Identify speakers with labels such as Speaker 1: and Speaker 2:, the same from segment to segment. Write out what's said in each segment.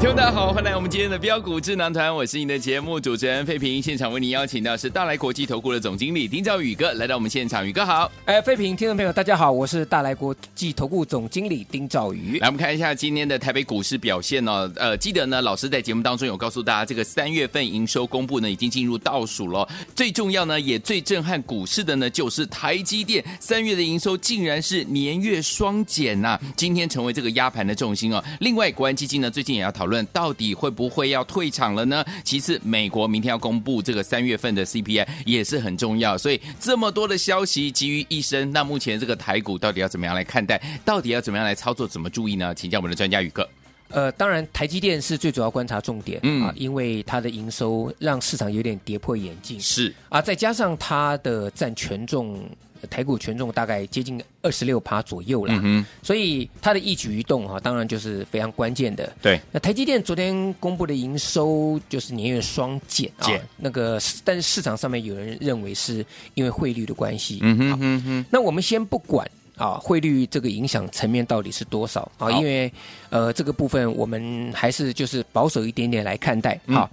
Speaker 1: 听众大家好，欢迎来我们今天的标股智囊团，我是你的节目主持人费平。现场为您邀请到是大来国际投顾的总经理丁兆宇哥来到我们现场，宇哥好。
Speaker 2: 哎，废品听众朋友，大家好，我是大来国际投顾总经理丁兆宇
Speaker 1: 来，。我们看一下今天的台北股市表现哦。呃，记得呢，老师在节目当中有告诉大家，这个三月份营收公布呢已经进入倒数了。最重要呢，也最震撼股市的呢，就是台积电三月的营收竟然是年月双减呐、今天成为这个压盘的重心哦。另外，国安基金呢最近也要讨论到底会不会要退场了呢？其次，美国明天要公布这个三月份的 CPI 也是很重要，所以这么多的消息集于一身。那目前这个台股到底要怎么样来看待？到底要怎么样来操作？怎么注意呢？请教我们的专家宇哥。
Speaker 2: 呃，当然，台积电是最主要观察重点、
Speaker 1: 嗯
Speaker 2: 啊，因为它的营收让市场有点跌破眼镜
Speaker 1: 是
Speaker 2: 啊，再加上它的占权重，呃台股权重大概接近二十六趴左右啦，
Speaker 1: 嗯哼，
Speaker 2: 所以它的一举一动哈、当然就是非常关键的。
Speaker 1: 对，
Speaker 2: 那台积电昨天公布的营收就是年月双减啊
Speaker 1: 减，
Speaker 2: 那个但是市场上面有人认为是因为汇率的关系，
Speaker 1: 嗯哼哼哼，
Speaker 2: 那我们先不管啊，汇率这个影响层面到底是多少啊？
Speaker 1: 好
Speaker 2: 因为呃，这个部分我们还是就是保守一点点来看待。
Speaker 1: 嗯
Speaker 2: 好，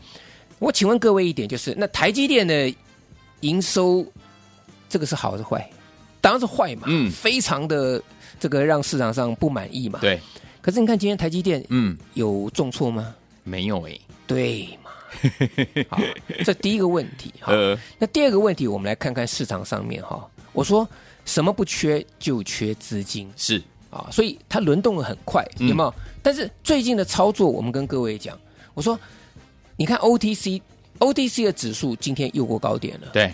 Speaker 2: 我请问各位一点，就是那台积电的营收，这个是好是坏？当然是坏嘛，
Speaker 1: 嗯
Speaker 2: 非常的这个让市场上不满意嘛。。
Speaker 1: 对，
Speaker 2: 可是你看今天台积电
Speaker 1: 嗯，
Speaker 2: 有重挫吗？
Speaker 1: 没有哎，
Speaker 2: 对嘛？ 好，这第一个问题哈。
Speaker 1: 呃，
Speaker 2: 那第二个问题，我们来看看市场上面哈、我说什么不缺，就缺资金
Speaker 1: 是
Speaker 2: 啊，所以它轮动的很快，
Speaker 1: 嗯
Speaker 2: 有没有？但是最近的操作，我们跟各位讲，我说你看 OTC。OTC 的指数今天又过高点了，
Speaker 1: 对，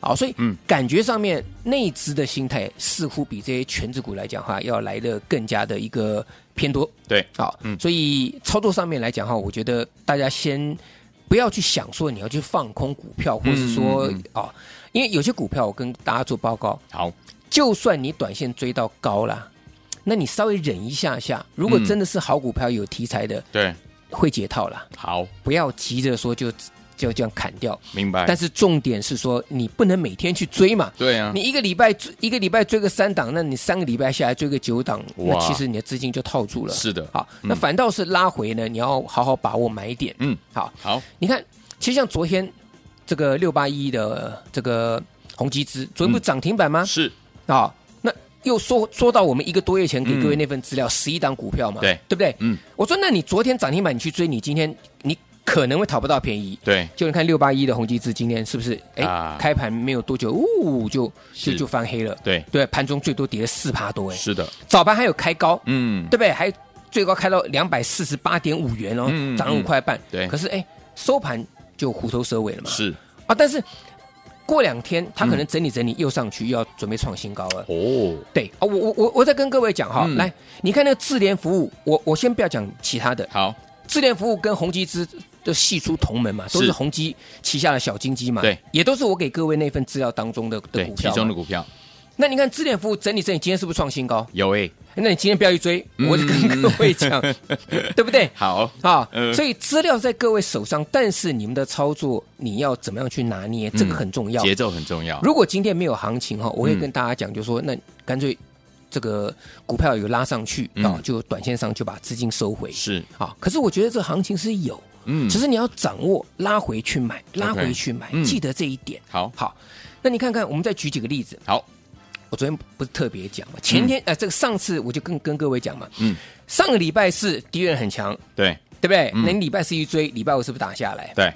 Speaker 2: 好，所以
Speaker 1: 嗯
Speaker 2: 感觉上面内资的心态似乎比这些全指股来讲哈，要来的更加的一个偏多，
Speaker 1: 对，
Speaker 2: 好，
Speaker 1: 嗯
Speaker 2: 啊所以操作上面来讲哈，我觉得大家先不要去想说你要去放空股票，或是说啊、
Speaker 1: 嗯嗯
Speaker 2: 因为有些股票我跟大家做报告，
Speaker 1: 好，
Speaker 2: 就算你短线追到高啦，那你稍微忍一下下，如果
Speaker 1: 嗯
Speaker 2: 真的是好股票有题材的，
Speaker 1: 对，
Speaker 2: 会解套啦，
Speaker 1: 好，
Speaker 2: 不要急着说就就这样砍掉。
Speaker 1: 明白。
Speaker 2: 但
Speaker 1: 是，
Speaker 2: 是重点是说，你不能每天去追嘛。
Speaker 1: 对啊
Speaker 2: 你，一个礼拜追一个礼拜追个三档，那你三个礼拜下来追个九档，那
Speaker 1: 哇
Speaker 2: 其实你的资金就套住了。
Speaker 1: 是的
Speaker 2: 好，
Speaker 1: 嗯
Speaker 2: 那反倒是拉回呢，你要好好把握买点。
Speaker 1: 嗯，
Speaker 2: 好，
Speaker 1: 好，
Speaker 2: 你看，其实像昨天这个六八一的这个宏基资，昨天不是涨停板吗？
Speaker 1: 是，
Speaker 2: 啊，那又说说到我们一个多月前给
Speaker 1: 嗯
Speaker 2: 各位那份资料，十一档股票嘛，
Speaker 1: 对
Speaker 2: 对不对？
Speaker 1: 嗯，
Speaker 2: 我说，那你昨天涨停板你去追，你今天你可能会讨不到便宜。
Speaker 1: 对，
Speaker 2: 就你看六八一的宏基资今天是不是？哎、
Speaker 1: 啊
Speaker 2: 开盘没有多久，呜、就就是就翻黑了。
Speaker 1: 对，
Speaker 2: 对，盘中最多跌了四趴多，哎，
Speaker 1: 是的，
Speaker 2: 早盘还有开高，
Speaker 1: 嗯
Speaker 2: 对，不对？还最高开到两百四十八点五元哦
Speaker 1: 嗯，
Speaker 2: 涨了五块半。
Speaker 1: 对
Speaker 2: 可是哎，收盘就虎头蛇尾了嘛。
Speaker 1: 是，
Speaker 2: 啊，但是过两天它可能整理整
Speaker 1: 嗯
Speaker 2: 理又上去，又要准备创新高了。
Speaker 1: 哦，
Speaker 2: 对啊，我我我我再跟各位讲哈
Speaker 1: 嗯，
Speaker 2: 来，你看那个智联服务，我我先不要讲其他的，
Speaker 1: 好，
Speaker 2: 智联服务跟宏基资都系出同门嘛，都
Speaker 1: 是
Speaker 2: 是宏基旗下的小金鸡嘛，
Speaker 1: 对，
Speaker 2: 也都是我给各位那份资料当中的的
Speaker 1: 对，
Speaker 2: 股
Speaker 1: 其
Speaker 2: 票
Speaker 1: 中
Speaker 2: 嘛
Speaker 1: 的。股票
Speaker 2: 那你看智联服务整理整理，今天是不是创新高？
Speaker 1: 有哎，
Speaker 2: 那你今天不要去追，
Speaker 1: 嗯
Speaker 2: 我就跟各 位讲，对不对？
Speaker 1: 好，
Speaker 2: 啊
Speaker 1: 嗯，
Speaker 2: 所以资料在各位手上，但是你们的操作你要怎么样去拿捏，这个很重要。
Speaker 1: 嗯节奏很重要。
Speaker 2: 如果今天没有行情哈，我会
Speaker 1: 嗯
Speaker 2: 跟大家讲，就说那干脆这个股票有拉上去
Speaker 1: 嗯
Speaker 2: 啊，就短线上就把资金收回
Speaker 1: 是，
Speaker 2: 啊。可是我觉得这行情是有，
Speaker 1: 嗯
Speaker 2: 只是你要掌握拉回去买，拉
Speaker 1: OK，
Speaker 2: 回去买
Speaker 1: 嗯，
Speaker 2: 记得这一点。
Speaker 1: 好，
Speaker 2: 好，那你看看，我们再举几个例子。
Speaker 1: 好，
Speaker 2: 我昨天不是特别讲嘛，前天呃，这个上次我就跟跟各位讲嘛，
Speaker 1: 嗯，
Speaker 2: 上个礼拜四敌人很强，
Speaker 1: 对
Speaker 2: 对不对？
Speaker 1: 嗯
Speaker 2: 那你礼拜四一追，礼拜五是不是打下来？
Speaker 1: 对，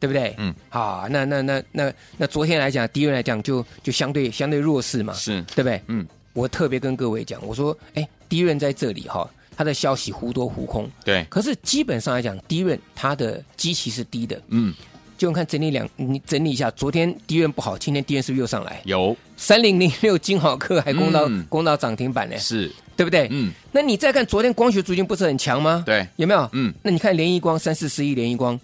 Speaker 2: 对不对？
Speaker 1: 嗯，
Speaker 2: 好，那那那那那昨天来讲，敌人来讲就就相对相对弱势嘛，
Speaker 1: 是，
Speaker 2: 对不对？
Speaker 1: 嗯，
Speaker 2: 我特别跟各位讲，我说，哎，敌人在这里哈、他的消息忽多忽空，
Speaker 1: 对，
Speaker 2: 可是基本上来讲，敌人它的基期是低的，
Speaker 1: 嗯，
Speaker 2: 就你看整理两，你整理一下，昨天低院不好，今天低院是不是又上来？
Speaker 1: 有
Speaker 2: 三零零六金好科还攻到、
Speaker 1: 嗯
Speaker 2: 攻到涨停板呢，
Speaker 1: 是，
Speaker 2: 对不对？
Speaker 1: 嗯，
Speaker 2: 那你再看昨天光学族群不是很强吗？
Speaker 1: 对
Speaker 2: 有没有？
Speaker 1: 嗯
Speaker 2: 那你看联一光三四十一联一光，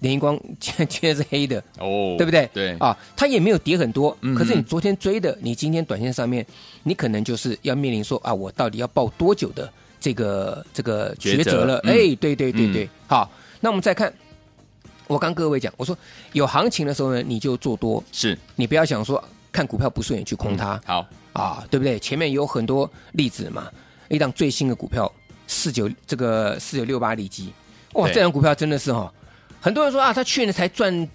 Speaker 2: 联一光 今天今天是黑的，
Speaker 1: 哦，
Speaker 2: 对不对？
Speaker 1: 对啊，
Speaker 2: 啊，它也没有跌很多
Speaker 1: 嗯，哼
Speaker 2: 可是你昨天追的，你今天短线上面，你可能就是要面临说啊，我到底要报多久的这个这个
Speaker 1: 抉择
Speaker 2: 抉择了？
Speaker 1: 嗯
Speaker 2: 哎，对对对对，好，那我们再看，我刚各位讲，我说有行情的时候呢，你就做多，
Speaker 1: 是嗯
Speaker 2: 你不要想说看股票不顺眼去空它、
Speaker 1: 好，
Speaker 2: 啊，对不对？前面有很多例子嘛，一档最新的股票四九这个四九六八里基，哇，
Speaker 1: 对
Speaker 2: 这档股票真的是哈、哦，很多人说啊，他去年才赚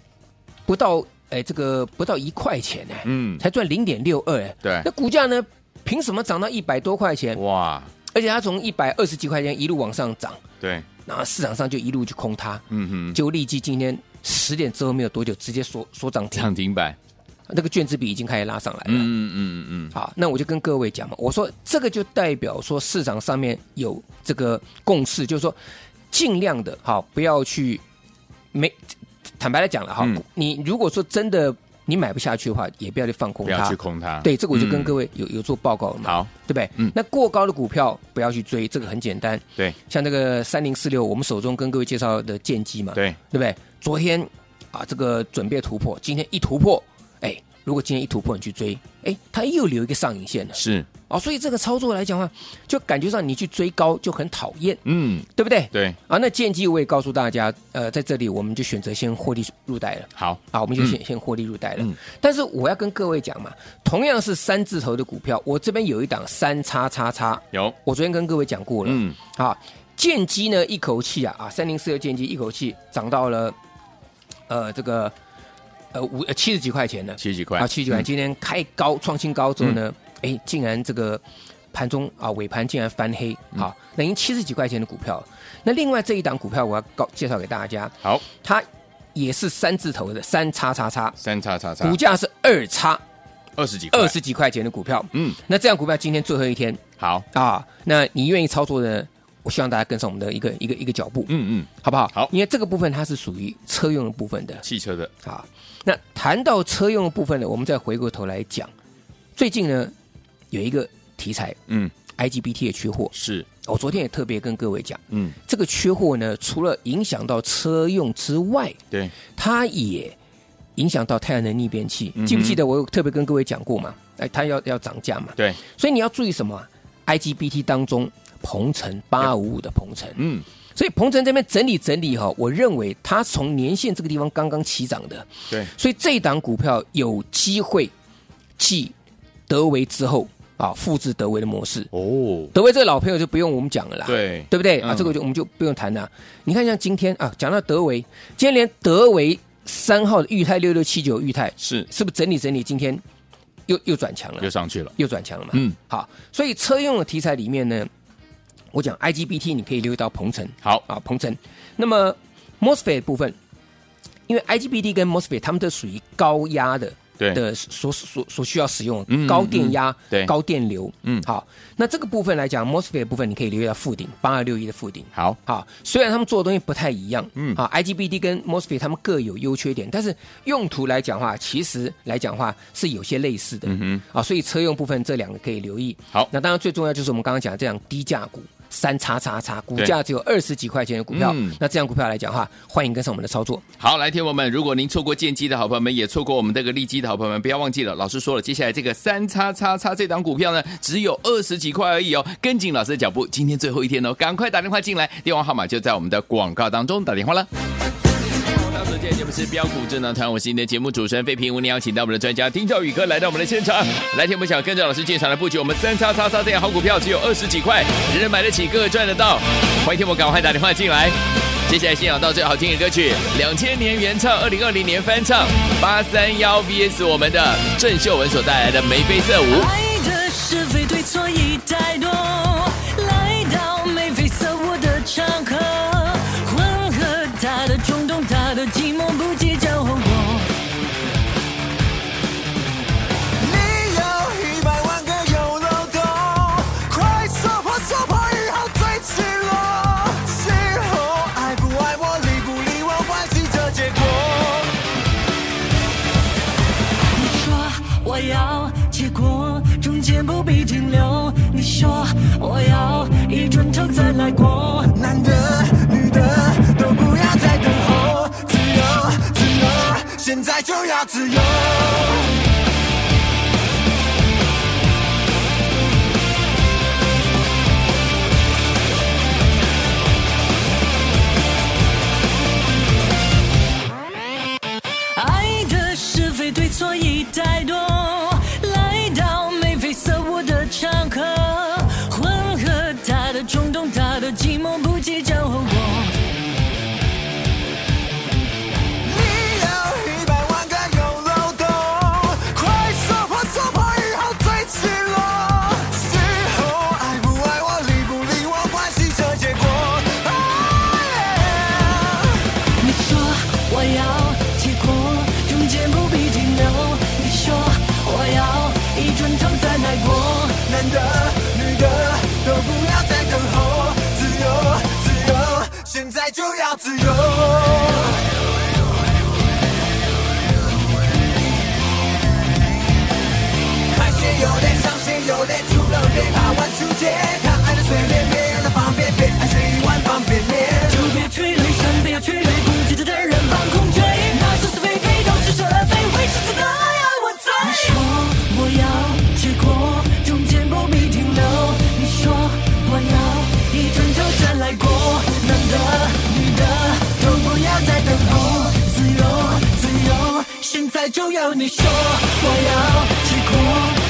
Speaker 2: 不到哎这个不到一块钱呢、
Speaker 1: 嗯，
Speaker 2: 才赚零点六二哎，
Speaker 1: 对
Speaker 2: 那股价呢凭什么涨到一百多块钱？
Speaker 1: 哇，
Speaker 2: 而且它从一百二十几块钱一路往上涨，
Speaker 1: 对，
Speaker 2: 然后市场上就一路去空它，
Speaker 1: 嗯哼，
Speaker 2: 就立即今天十点之后没有多久直接锁锁涨停，
Speaker 1: 涨停板，
Speaker 2: 那个卷子比已经开始拉上来了。
Speaker 1: 嗯嗯嗯
Speaker 2: 好，那我就跟各位讲嘛，我说这个就代表说市场上面有这个共识，就是说尽量的，好，不要去没坦白来讲了哈，
Speaker 1: 嗯
Speaker 2: 你如果说真的你买不下去的话，也不要去放
Speaker 1: 嗯，
Speaker 2: 空
Speaker 1: 不要
Speaker 2: 它
Speaker 1: 去。空它，
Speaker 2: 对，这个我就
Speaker 1: 嗯
Speaker 2: 跟各位有、有做报告了嘛，
Speaker 1: 好，
Speaker 2: 对不对？
Speaker 1: 嗯
Speaker 2: 那过高的股票不要去追，这个很简单。
Speaker 1: 对
Speaker 2: 像这个三零四六，我们手中跟各位介绍的剑机嘛，
Speaker 1: 对，
Speaker 2: 对不对？昨天啊，这个准备突破，今天一突破，哎，如果今天一突破你去追，哎，它又留一个上影线了
Speaker 1: 是，
Speaker 2: 哦，所以这个操作来讲的话，就感觉上你去追高就很讨厌，
Speaker 1: 嗯，
Speaker 2: 对不对？
Speaker 1: 对，
Speaker 2: 啊，那剑机我也告诉大家，呃，在这里我们就选择先获利入袋了。
Speaker 1: 好，
Speaker 2: 啊，我们就先、先获利入袋了。
Speaker 1: 嗯
Speaker 2: 但是我要跟各位讲嘛，同样是三字头的股票，我这边有一档三叉叉叉，
Speaker 1: 有，
Speaker 2: 我昨天跟各位讲过了。
Speaker 1: 嗯，
Speaker 2: 啊，剑机呢一口气啊啊，三零四六剑机一口气涨到了，呃，这个呃五七十几块钱呢，
Speaker 1: 七十几块嗯
Speaker 2: 啊，七十几块，今天开高创新高之后呢，哎、竟然这个盘中啊尾盘竟然翻黑，
Speaker 1: 嗯
Speaker 2: 好，那已经七十几块钱的股票了。那另外这一档股票我要告介绍给大家，
Speaker 1: 好，
Speaker 2: 它也是三字头的三叉叉叉，
Speaker 1: 三叉叉叉
Speaker 2: 股，价是二叉
Speaker 1: 二十几块，
Speaker 2: 二，十几块钱的股票。
Speaker 1: 嗯，
Speaker 2: 那这样股票今天最后一天
Speaker 1: 好，
Speaker 2: 啊，那你愿意操作的，我希望大家跟上我们的一个一个一个脚步，
Speaker 1: 嗯嗯，
Speaker 2: 好不好？
Speaker 1: 好
Speaker 2: 因为这个部分它是属于车用的部分的
Speaker 1: 汽车的，
Speaker 2: 啊。那谈到车用的部分呢，我们再回过头来讲，最近呢有一个题材
Speaker 1: 嗯，
Speaker 2: IGBT 的缺货，
Speaker 1: 是，
Speaker 2: 我昨天也特别跟各位讲，
Speaker 1: 嗯，
Speaker 2: 这个缺货呢，除了影响到车用之外，
Speaker 1: 对，
Speaker 2: 它也影响到太阳能逆变器。
Speaker 1: 嗯哼
Speaker 2: 记不记得我有特别跟各位讲过嘛？哎，它要要涨价嘛，
Speaker 1: 对，
Speaker 2: 所以你要注意什么啊、IGBT 当中，鹏程八五五的鹏程，
Speaker 1: 嗯，
Speaker 2: 所以鹏程这边整理整理哈、我认为它从年线这个地方刚刚起涨的，
Speaker 1: 对，
Speaker 2: 所以这一档股票有机会继德维之后啊，复制德维的模式。
Speaker 1: 哦，
Speaker 2: 德维这个老朋友就不用我们讲了啦，
Speaker 1: 对，
Speaker 2: 对不对、啊？
Speaker 1: 嗯
Speaker 2: 这个就我们就不用谈了。你看像今天啊，讲到德维，今天连德维三号的裕泰六六七九裕泰
Speaker 1: 是
Speaker 2: 是不是整理整理，今天又又转强了
Speaker 1: 又，上去了，
Speaker 2: 又转强了嘛？
Speaker 1: 嗯，
Speaker 2: 好，所以车用的题材里面呢，我讲 IGBT 你可以留意到鹏程
Speaker 1: 好，
Speaker 2: 啊，鹏程。那么 MOSFET 部分，因为 IGBT 跟 MOSFET 它们都属于高压的
Speaker 1: 对，
Speaker 2: 的所所所需要使用
Speaker 1: 嗯
Speaker 2: 高电压、
Speaker 1: 嗯对
Speaker 2: 高电流。
Speaker 1: 嗯
Speaker 2: 好，那这个部分来讲，MOSFET 的部分你可以留意到附顶八二六一的附顶。
Speaker 1: 好，
Speaker 2: 好，虽然他们做的东西不太一样，
Speaker 1: 嗯
Speaker 2: 啊，IGBT 跟 MOSFET 他们各有优缺点，但是用途来讲话，其实来讲话是有些类似的，
Speaker 1: 嗯
Speaker 2: 啊，所以车用部分这两个可以留意。
Speaker 1: 好
Speaker 2: 那当然最重要就是我们刚刚讲的这样低价股三叉叉叉，股价只有二十几块钱的股票，
Speaker 1: 嗯
Speaker 2: 那这样股票来讲话，欢迎跟上我们的操作。
Speaker 1: 好，来，天友们，如果您错过剑机的好朋友们，也错过我们这个利基的好朋友们，不要忘记了，老师说了，接下来这个三叉叉叉这档股票呢，只有二十几块而已哦，跟紧老师的脚步，今天最后一天哦，赶快打电话进来，电话号码就在我们的广告当中，打电话了。当时今天节目是标股智囊团，我是您的节目主持人费平，为您邀请到我们的专家丁兆宇哥来到我们的现场。来天我们想跟着老师进场来布局我们三叉叉叉这样好股票，只有二十几块，人人买得起，个个赚得到。欢迎天我赶快打电话进来。接下来欣赏到最好听的歌曲，两千年原唱，二零二零年翻唱，八三幺 VS 我们的郑秀文所带来的眉飞色舞。
Speaker 3: 爱的是非对错已太多，来到眉飞色舞的场合，混合他的冲动，他的寂寞，不计较后果。
Speaker 4: 你有一百万个有漏洞，快说破说破以后最赤裸。今后爱不爱我，理不理我，关系这结果。
Speaker 3: 停留。你说我要一转头再来过。
Speaker 4: 男的、女的都不要再等候，自由，自由，现在就要自由。
Speaker 3: 爱的是非对错已太多，来到眉飞色舞的场合，混合他的冲动，他的寂寞，不计较后果。
Speaker 4: 你有一百万个有漏洞，快说破说破以后最赤裸。事后爱不爱我，理不理我，关系这结果。哎
Speaker 3: 你说我要结果，中间不必停留。你说我要一转头再来过。
Speaker 4: 男的、女的都不要再等候，自由，自由，现在就要自由。开心有点伤心，有点出了别怕玩出界，看爱的碎裂，别让它方便，别爱是一碗方便面。
Speaker 3: 就别催泪，先不要催泪，不记得的人放空追，那是是非非都是是非，会是怎的呀？我在。你说我要结果，中间不必停留。你说我要一转头再来过，男的女的都不要再等候，自由自由，现在就要你说我要结果，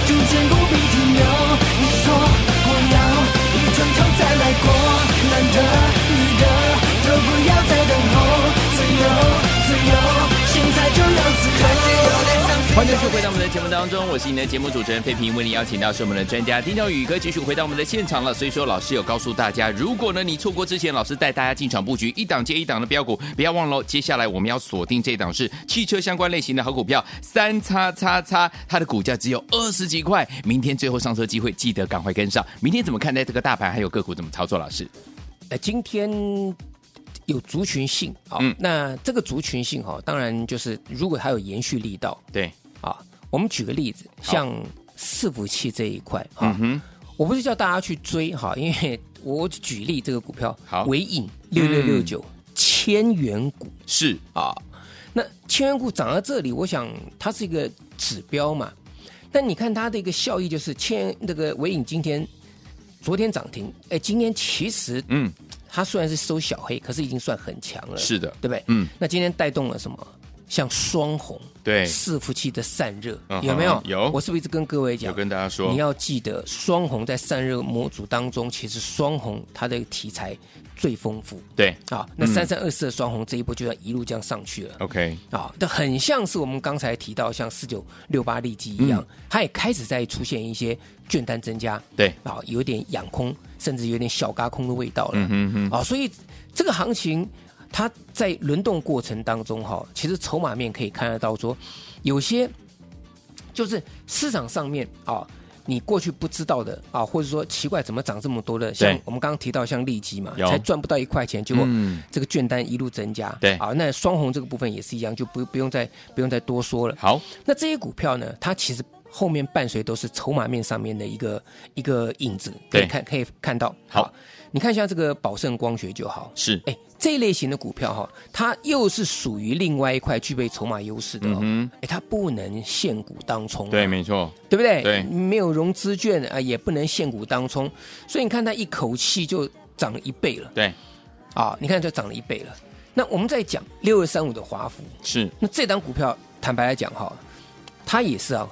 Speaker 3: 中间不必停留。你说我要一转头再来过，男的女的都不要再等候，自由自由，现在就要自由。
Speaker 1: 欢迎继续回到我们的节目当中，我是你的节目主持人费平，为您邀请到是我们的专家丁兆宇哥，继续回到我们的现场了。所以说，老师有告诉大家，如果呢你错过之前老师带大家进场布局一档接一档的标股，不要忘了哦，接下来我们要锁定这档是汽车相关类型的好股票三叉叉叉，它的股价只有二十几块，明天最后上车机会，记得赶快跟上。明天怎么看待这个大盘还有个股怎么操作？老师，
Speaker 2: 呃，今天有族群性啊、
Speaker 1: 嗯
Speaker 2: 那这个族群性哈、当然就是如果它有延续力道
Speaker 1: 对，
Speaker 2: 啊，我们举个例子，像伺服器这一块哈、
Speaker 1: 嗯哼，
Speaker 2: 我不是叫大家去追哈，因为我举例这个股票，
Speaker 1: 好嗯
Speaker 2: 微影六六六九千元股
Speaker 1: 是
Speaker 2: 啊，那千元股涨到这里，我想它是一个指标嘛。但你看它的一个效益就是千那个微影今天昨天涨停，哎，今天其实
Speaker 1: 嗯，
Speaker 2: 它虽然是收小黑，可是已经算很强了，
Speaker 1: 是的
Speaker 2: 对不对？
Speaker 1: 嗯，
Speaker 2: 那今天带动了什么？像双红
Speaker 1: 对
Speaker 2: 伺服器的散热
Speaker 1: 嗯哼
Speaker 2: 有没有？
Speaker 1: 有
Speaker 2: 我是不是一直跟各位讲？
Speaker 1: 有跟大家说
Speaker 2: 你要记得双红在散热模组当中，其实双红它的题材最丰富
Speaker 1: 对
Speaker 2: 啊。
Speaker 1: 嗯
Speaker 2: 那三三二四的双红这一波就要一路这样上去了。
Speaker 1: ，OK，
Speaker 2: 啊，这很像是我们刚才提到，像四九六八利基一样，它也开始在出现一些券单增加，
Speaker 1: 嗯对
Speaker 2: 啊，有点养空，甚至有点小嘎空的味道了，
Speaker 1: 嗯哼
Speaker 2: 啊，所以这个行情它在轮动过程当中哈，其实筹码面可以看得到说，有些就是市场上面啊。你过去不知道的啊，或者说奇怪怎么涨这么多的，像我们刚刚提到像利基嘛，
Speaker 1: 有
Speaker 2: 才赚不到一块钱，结果
Speaker 1: 嗯
Speaker 2: 这个券单一路增加，
Speaker 1: 对
Speaker 2: 啊，那双红这个部分也是一样，就不不用再不用再多说了。
Speaker 1: 好，
Speaker 2: 那这些股票呢，它其实后面伴随都是筹码面上面的一个一个影子，可
Speaker 1: 对
Speaker 2: 以看可以看到。
Speaker 1: 好
Speaker 2: 啊，你看一下这个宝盛光学就好，
Speaker 1: 是
Speaker 2: 哎，这一类型的股票哈、它又是属于另外一块具备筹码优势的、哦，
Speaker 1: 嗯
Speaker 2: 哎，它不能现股当冲、啊
Speaker 1: 对，。没错，
Speaker 2: 对不对？
Speaker 1: 对
Speaker 2: 没有融资券啊、也不能现股当冲，所以你看它一口气就涨了一倍了。
Speaker 1: 对，
Speaker 2: 啊，你看就涨了一倍了。那我们再讲六二三五的华孚，
Speaker 1: 是
Speaker 2: 那这档股票，坦白来讲哈，它也是啊，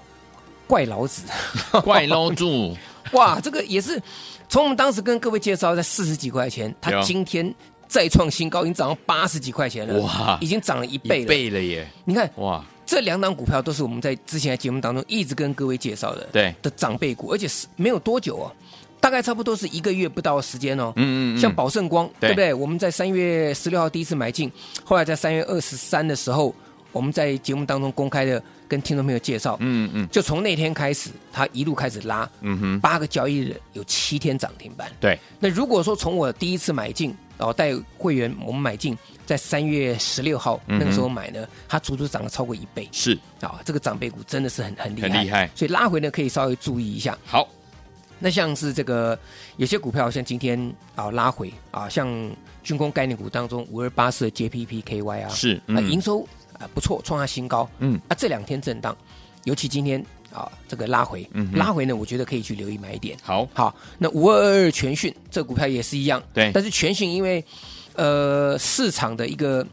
Speaker 2: 怪老子，
Speaker 1: 怪捞住，
Speaker 2: 哇，这个也是从我们当时跟各位介绍，在四十几块钱，
Speaker 1: 有
Speaker 2: 它今天再创新高，已经涨到八十几块钱了，
Speaker 1: 哇
Speaker 2: 已经涨了一倍
Speaker 1: 一
Speaker 2: 了。
Speaker 1: 倍了耶，
Speaker 2: 你看
Speaker 1: 哇，
Speaker 2: 这两档股票都是我们在之前的节目当中一直跟各位介绍的，
Speaker 1: 对
Speaker 2: 的长辈股，而且是没有多久哦，大概差不多是一个月不到的时间哦。
Speaker 1: 嗯嗯嗯
Speaker 2: 像宝盛光，
Speaker 1: 对
Speaker 2: 对不对？我们在三月十六号第一次买进，后来在三月二十三的时候，我们在节目当中公开的跟听众朋友介绍，
Speaker 1: 嗯嗯，
Speaker 2: 就从那天开始，它一路开始拉，
Speaker 1: 嗯哼
Speaker 2: 八个交易日有七天涨停板。
Speaker 1: 对，
Speaker 2: 那如果说从我第一次买进，哦，带会员我们买进，在三月十六号
Speaker 1: 嗯哼
Speaker 2: 那个时候买呢，它足足涨了超过一倍哦
Speaker 1: 是
Speaker 2: 啊、这个长辈股真的是很很厉害，
Speaker 1: 很厉害
Speaker 2: 所以拉回呢可以稍微注意一下。
Speaker 1: 好，
Speaker 2: 那像是这个有些股票，像今天啊拉回啊，像军工概念股当中五二八四的 JPPKY 啊，
Speaker 1: 是
Speaker 2: 啊
Speaker 1: 嗯
Speaker 2: 营收啊不错，创下新高，
Speaker 1: 嗯
Speaker 2: 啊这两天震荡，尤其今天啊这个拉回，
Speaker 1: 嗯哼
Speaker 2: 拉回呢，我觉得可以去留意买点。
Speaker 1: 好，
Speaker 2: 好，那五二二二全讯这股票也是一样，
Speaker 1: 对
Speaker 2: 但是全讯因为呃市场的一个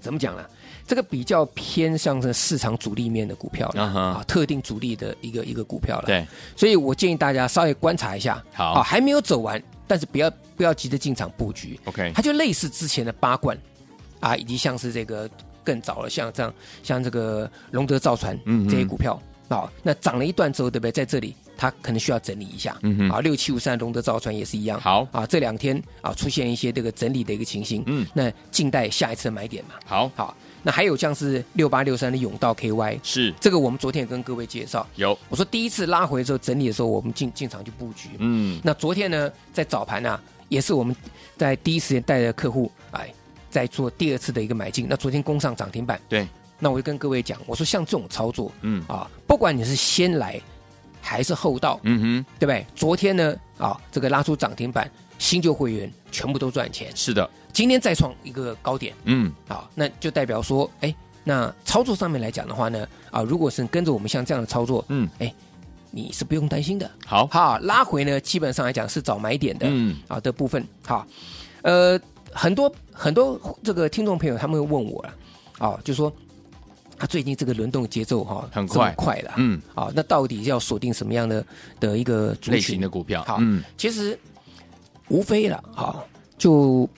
Speaker 2: 怎么讲呢、啊这个比较偏向是市场主力面的股票了、
Speaker 1: 啊哈
Speaker 2: 啊，特定主力的一个一个股票了。，
Speaker 1: 对，
Speaker 2: 所以我建议大家稍微观察一下，
Speaker 1: 好
Speaker 2: 啊，还没有走完，但是不要不要急着进场布局。
Speaker 1: OK
Speaker 2: 它就类似之前的八冠啊，以及像是这个更早了，像这样像这个龙德造船
Speaker 1: 嗯哼
Speaker 2: 这些股票。好，那涨了一段之后，对不对？在这里，它可能需要整理一下。
Speaker 1: 嗯哼
Speaker 2: 啊，六七五三龙德造船也是一样。
Speaker 1: 好
Speaker 2: 啊，这两天啊出现一些这个整理的一个情形。
Speaker 1: 嗯
Speaker 2: 那静待下一次买点嘛。
Speaker 1: 好，
Speaker 2: 好，那还有像是六八六三的永道 KY，
Speaker 1: 是
Speaker 2: 这个我们昨天也跟各位介绍，
Speaker 1: 有，
Speaker 2: 我说第一次拉回之后整理的时候，我们进进场去布局。
Speaker 1: 嗯，
Speaker 2: 那昨天呢，在早盘啊，也是我们在第一时间带着客户哎，在做第二次的一个买进。那昨天攻上涨停板，
Speaker 1: 对，
Speaker 2: 那我就跟各位讲，我说像这种操作
Speaker 1: 嗯
Speaker 2: 啊，不管你是先来还是后到，
Speaker 1: 嗯哼，
Speaker 2: 对不对？昨天呢啊，这个拉出涨停板，新旧会员全部都赚钱，
Speaker 1: 是的，
Speaker 2: 今天再创一个高点。
Speaker 1: 嗯，
Speaker 2: 啊，那就代表说，哎，那操作上面来讲的话呢，啊，如果是跟着我们像这样的操作，
Speaker 1: 嗯，
Speaker 2: 哎，你是不用担心的。
Speaker 1: 好，
Speaker 2: 好，拉回呢，基本上来讲是找买点的，
Speaker 1: 嗯，
Speaker 2: 啊的部分。好，呃，很多很多这个听众朋友他们会问我了，啊，就说。他、最近这个轮动节奏哈、
Speaker 1: 很
Speaker 2: 这么
Speaker 1: 快
Speaker 2: 快了，
Speaker 1: 嗯，
Speaker 2: 啊，那到底要锁定什么样的的一个族群
Speaker 1: 类型的股票，
Speaker 2: 好，
Speaker 1: 嗯，
Speaker 2: 其实无非了啊，就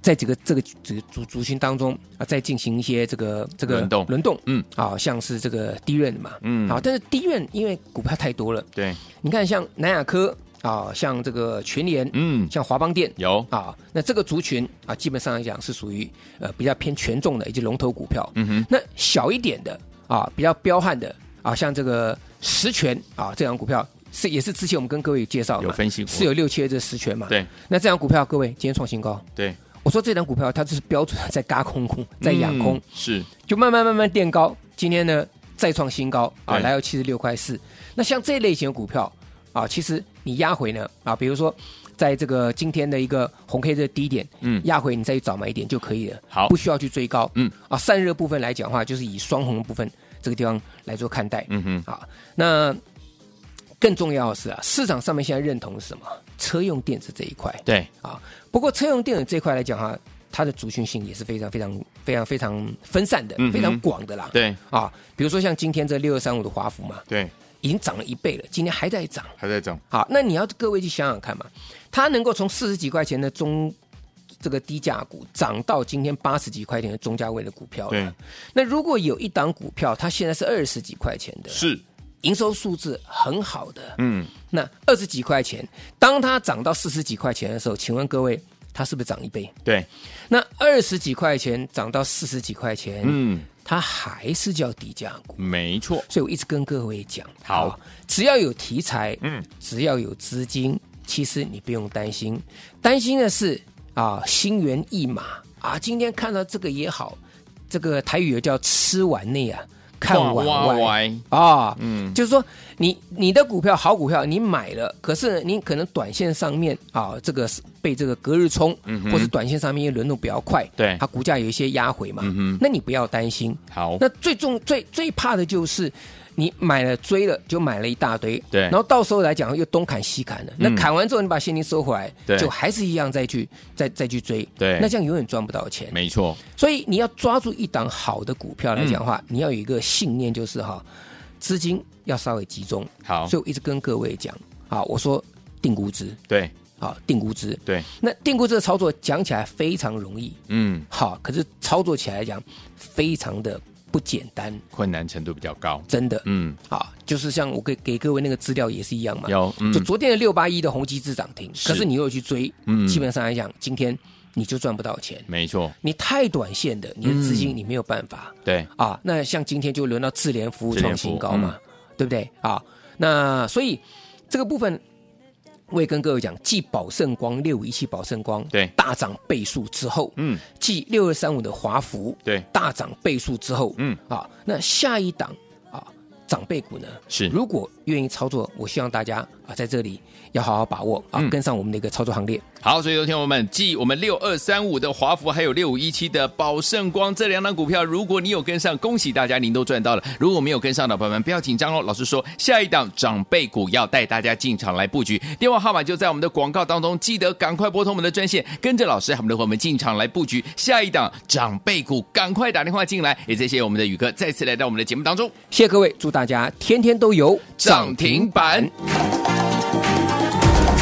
Speaker 2: 在这个这个这个族族群当中啊，再进行一些这个这个
Speaker 1: 轮动
Speaker 2: 轮动，
Speaker 1: 嗯，
Speaker 2: 啊，像是这个低润嘛，
Speaker 1: 嗯
Speaker 2: 好，但是低润因为股票太多了，
Speaker 1: 对，
Speaker 2: 你看像南亚科啊，像这个群联，
Speaker 1: 嗯，
Speaker 2: 像华邦电。
Speaker 1: 有，
Speaker 2: 啊，那这个族群啊，基本上来讲是属于呃比较偏权重的以及龙头股票。
Speaker 1: 嗯哼，
Speaker 2: 那小一点的啊，比较彪悍的啊，像这个实权啊，这档股票是也是之前我们跟各位有介绍嘛
Speaker 1: 有分析过
Speaker 2: 是有六七二这实权嘛？。
Speaker 1: 对，
Speaker 2: 那这档股票各位今天创新高，
Speaker 1: 对，
Speaker 2: 我说这档股票它就是标准的在嘎空空，在养空，
Speaker 1: 嗯是，
Speaker 2: 就慢慢慢慢垫高，今天呢再创新高啊，
Speaker 1: 对
Speaker 2: 来到七十六块四。那像这类型的股票啊，其实你压回呢啊，比如说。在这个今天的一个红 K 的低点，
Speaker 1: 嗯
Speaker 2: 压回你再去找买一点就可以了，
Speaker 1: 好
Speaker 2: 不需要去追高，
Speaker 1: 嗯，
Speaker 2: 啊，散热部分来讲的话，就是以双红的部分这个地方来做看待，
Speaker 1: 嗯哼，
Speaker 2: 啊，那更重要的是啊，市场上面现在认同的是什么？车用电子这一块，
Speaker 1: 对，
Speaker 2: 啊。不过车用电子这一块来讲哈、它的族群性也是非常非常非常非常分散的，
Speaker 1: 嗯哼
Speaker 2: 非常广的啦。
Speaker 1: 对，
Speaker 2: 啊，比如说像今天这六二三五的华孚嘛，
Speaker 1: 对，
Speaker 2: 已经涨了一倍了，今天还在涨。
Speaker 1: 还在涨，
Speaker 2: 好，那你要各位去想想看嘛，它能够从四十几块钱的中这个低价股涨到今天八十几块钱的中价位的股票
Speaker 1: 对
Speaker 2: 了。那如果有一档股票，它现在是二十几块钱的，
Speaker 1: 是，
Speaker 2: 营收数字很好的，
Speaker 1: 嗯，
Speaker 2: 那二十几块钱，当它涨到四十几块钱的时候，请问各位，它是不是涨一倍？
Speaker 1: 对，
Speaker 2: 那二十几块钱涨到四十几块钱，
Speaker 1: 嗯，
Speaker 2: 它还是叫低价股。
Speaker 1: 没错，
Speaker 2: 所以我一直跟各位讲，
Speaker 1: 好
Speaker 2: 啊只要有题材，
Speaker 1: 嗯
Speaker 2: 嗯，只要有资金，其实你不用担心，担心的是啊，心猿意马啊，今天看到这个也好，这个台语有叫吃完内啊，看完
Speaker 1: 哇哇
Speaker 2: 外。
Speaker 1: 歪
Speaker 2: 啊，
Speaker 1: 嗯
Speaker 2: 嗯，就是说你你的股票好股票你买了，可是你可能短线上面啊，这个是被这个隔日冲，
Speaker 1: 嗯哼
Speaker 2: 或是短线上面因为轮动比较快，
Speaker 1: 对
Speaker 2: 它股价有一些压回嘛，
Speaker 1: 嗯哼
Speaker 2: 那你不要担心。
Speaker 1: 好，
Speaker 2: 那最重最最怕的就是你买了追了就买了一大堆，
Speaker 1: 对
Speaker 2: 然后到时候来讲又东砍西砍了，那
Speaker 1: 嗯
Speaker 2: 砍完之后你把现金收回来，
Speaker 1: 对
Speaker 2: 就还是一样再去再再去追，
Speaker 1: 对
Speaker 2: 那这样永远赚不到钱。
Speaker 1: 没错，
Speaker 2: 所以你要抓住一档好的股票来讲的话，
Speaker 1: 嗯
Speaker 2: 你要有一个信念，就是哈，资金要稍微集中。
Speaker 1: 好
Speaker 2: 所，以我一直跟各位讲啊，我说定估值
Speaker 1: 对，
Speaker 2: 啊，定估值。
Speaker 1: 对，
Speaker 2: 那定估值的操作讲起来非常容易，
Speaker 1: 嗯，
Speaker 2: 好，可是操作起来讲非常的不简单，
Speaker 1: 困难程度比较高，
Speaker 2: 真的。
Speaker 1: 嗯，
Speaker 2: 啊，就是像我给给各位那个资料也是一样嘛，
Speaker 1: 有，嗯
Speaker 2: 就，昨天的六八一的宏基资涨停，
Speaker 1: 是
Speaker 2: 可是你又去追，
Speaker 1: 嗯
Speaker 2: 基本上来讲，今天你就赚不到钱。
Speaker 1: 没错，
Speaker 2: 你太短线的，你的
Speaker 1: 嗯
Speaker 2: 资金你没有办法、
Speaker 1: 对，
Speaker 2: 啊。那像今天就轮到智联服务
Speaker 1: 智联
Speaker 2: 创
Speaker 1: 服务嗯
Speaker 2: 新高嘛，对不对啊？那所以这个部分我也跟各位讲，继宝盛光六五一七宝盛光
Speaker 1: 对
Speaker 2: 大涨倍数之后，
Speaker 1: 嗯，
Speaker 2: 继六二三五的华孚
Speaker 1: 对，
Speaker 2: 大涨倍数之后，
Speaker 1: 嗯
Speaker 2: 啊，那下一档啊长辈股呢，
Speaker 1: 是
Speaker 2: 如果愿意操作，我希望大家啊啊，在这里要好好把握啊
Speaker 1: 嗯，
Speaker 2: 跟上我们的一个操作行列。
Speaker 1: 好，所以有听我们，继我们六二三五的华孚，还有六五一七的宝盛光这两档股票，如果你有跟上，恭喜大家，您都赚到了。如果没有跟上的朋友们，不要紧张哦。老师说，下一档长辈股要带大家进场来布局，电话号码就在我们的广告当中，记得赶快拨通我们的专线，跟着老师和我们的伙伴们进场来布局下一档长辈股，赶快打电话进来。也谢谢我们的宇哥再次来到我们的节目当中，
Speaker 2: 谢谢各位，祝大家天天都有
Speaker 1: 涨停板。